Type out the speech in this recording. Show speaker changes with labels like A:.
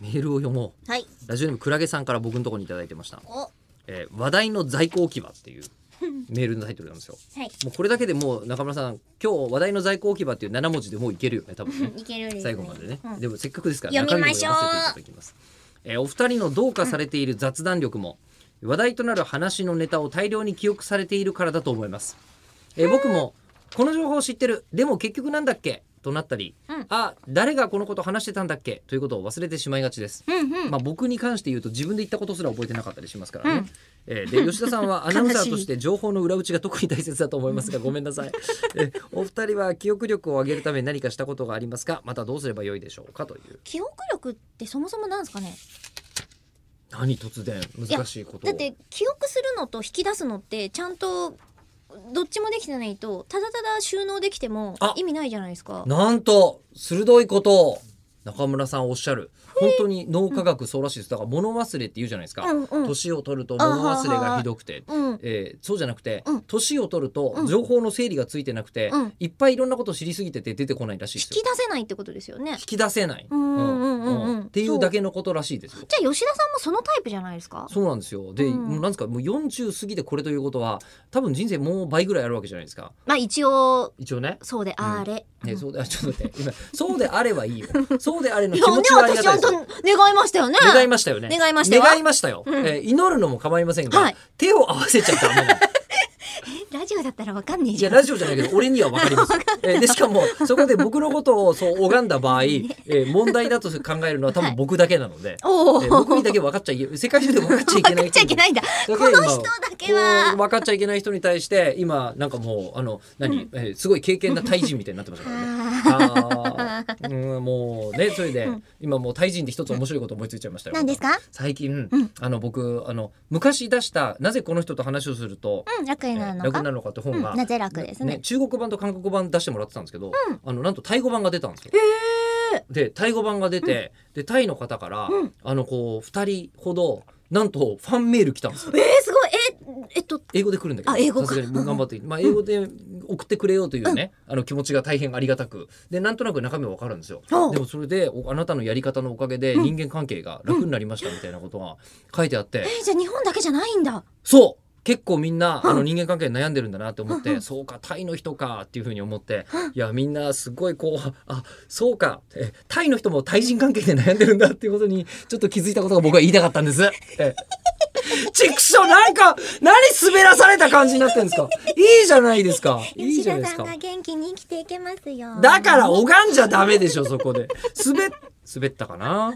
A: メールを読もう
B: はい。
A: ラジオネームクラゲさんから僕のところにいただいてました、
B: お、は
A: えー話題の在庫置き場って いうメールのタイトルなんですよ
B: い。
A: もうこれだけでもう中村さん今日話題の在庫置き場っていう7文字でもういけるよね多分ね
B: いけるですね
A: 最後までね、
B: うん
A: でもせっかくですから
B: 読みましょ
A: 中身
B: う
A: も読ませていただきます、えーお二人のどうかされている雑談力も、話題となる話のネタを大量に記憶されているからだと思います、えー僕もこの情報知ってるでも結局なんだっけとなったり、
B: うん
A: あ誰がこのこと話してたんだっけということを忘れてしまいがちです
B: うんうん。
A: まあ、僕に関して言うと自分で言ったことすら覚えてなかったりしますからね、
B: うん
A: え ーで吉田さんはアナウンサーとして情報の裏打ちが特に大切だと思いますがごめんなさい、えーお二人は記憶力を上げるために何かしたことがありますかまたどうすればよいでしょうかという
B: 記憶力ってそもそもなんですかね。
A: 何突然難しいことを
B: だって記憶するのと引き出すのってちゃんとどっちもできてないとただただ収納できても
A: あ
B: 意味ないじゃないですか。
A: なんと鋭いことを中村さんおっしゃる本当に脳科学そうらしいですだから物忘れって言うじゃないですか、
B: うんうん
A: 年を取ると物忘れがひどくて
B: うん。
A: えーそうじゃなくて、
B: うん
A: 年を取ると
B: うん
A: 情報の整理がついてなくて、
B: うん
A: いっぱいいろんなこと知りすぎてて出てこないらしいで
B: 引
A: す
B: き
A: よ
B: 出せないってことですよね。
A: 引き出せない、
B: うんうんうんうん
A: っていうだけのことらしいですよ
B: じゃあ吉田さんもそのタイプじゃないですか。
A: そうなんですよで、
B: うん
A: もうなんですかもう40過ぎてこれということは多分人生もう倍ぐらいあるわけじゃないですか
B: まあ一応
A: 一応ね
B: そうであれ。
A: ね、
B: うん
A: そうであちょっと待って今そうであればいいよそうであれの
B: い
A: 気
B: やね
A: 持ちはありが
B: 私ち
A: た
B: ゃ
A: い
B: ん
A: です
B: と
A: よ
B: 願いましたよね。
A: 願いましたよね
B: 願いましたわ
A: 願いましたよ、
B: うん
A: えー祈るのも構いませんが、
B: はい
A: 手を合わせちゃダメなの
B: ラジオだったらわかんねえ
A: い
B: じ
A: や
B: ゃん。
A: ラジオじゃないけ ど俺には分かります。えーでしかもそこで僕のことをそう拝んだ場合、えー問題だと考えるのは多分僕だけなので、
B: おお。
A: えー僕にだけ分かっちゃいけ世界中で分かっちゃいけ ない
B: わかっちゃいけないんだ。
A: だ
B: こ
A: けど
B: の
A: 今
B: 人だけは
A: こう分かっちゃいけない人に対して今なんかもうあの何、えーすごい経験な対人みたいになってましたからね。あーうんもうねそれで、今もう対人で一つ面白いこと思いついちゃいましたよ。
B: 何ですか？
A: 最近、
B: うん
A: あの僕あの昔出したなぜこの人と話をすると、
B: うん楽にな
A: え
B: る
A: ー
B: の
A: 楽
B: か
A: にな。るのかって本が、
B: うんなぜ楽ですね
A: 中国版と韓国版出してもらってたんですけど、あのなんとタイ語版が出たんですよ。でタイ語版が出て、でタイの方から、
B: うん
A: あのこう2人ほどなんとファンメール来たんですよ。
B: えー、すごいええっと
A: 英語で来るんだけど
B: あ英語
A: さ
B: か
A: すがに頑張って、まあ、英語で送ってくれようというね、あの気持ちが大変ありがたくでなんとなく中身は分かるんですよ
B: おう
A: でもそれでおあなたのやり方のおかげで人間関係が楽になりましたみたいなことが書いてあって、
B: えー、じゃあ日本だけじゃないんだ
A: そう結構みんなあの人間関係に悩んでるんだなって思って、そうかタイの人かっていうふうに思って、いやみんなすごいこうあそうかえタイの人も対人関係で悩んでるんだっていうことにちょっと気づいたことが僕は言いたかったんです。えちくしょうなんか何滑らされた感じになってるんですかいいじゃないですかいい
B: 吉
A: じゃない
B: 田
A: です
B: さん
A: か
B: が元気に生きていけますよ
A: だから拝んじゃダメでしょそこで滑っ滑ったかな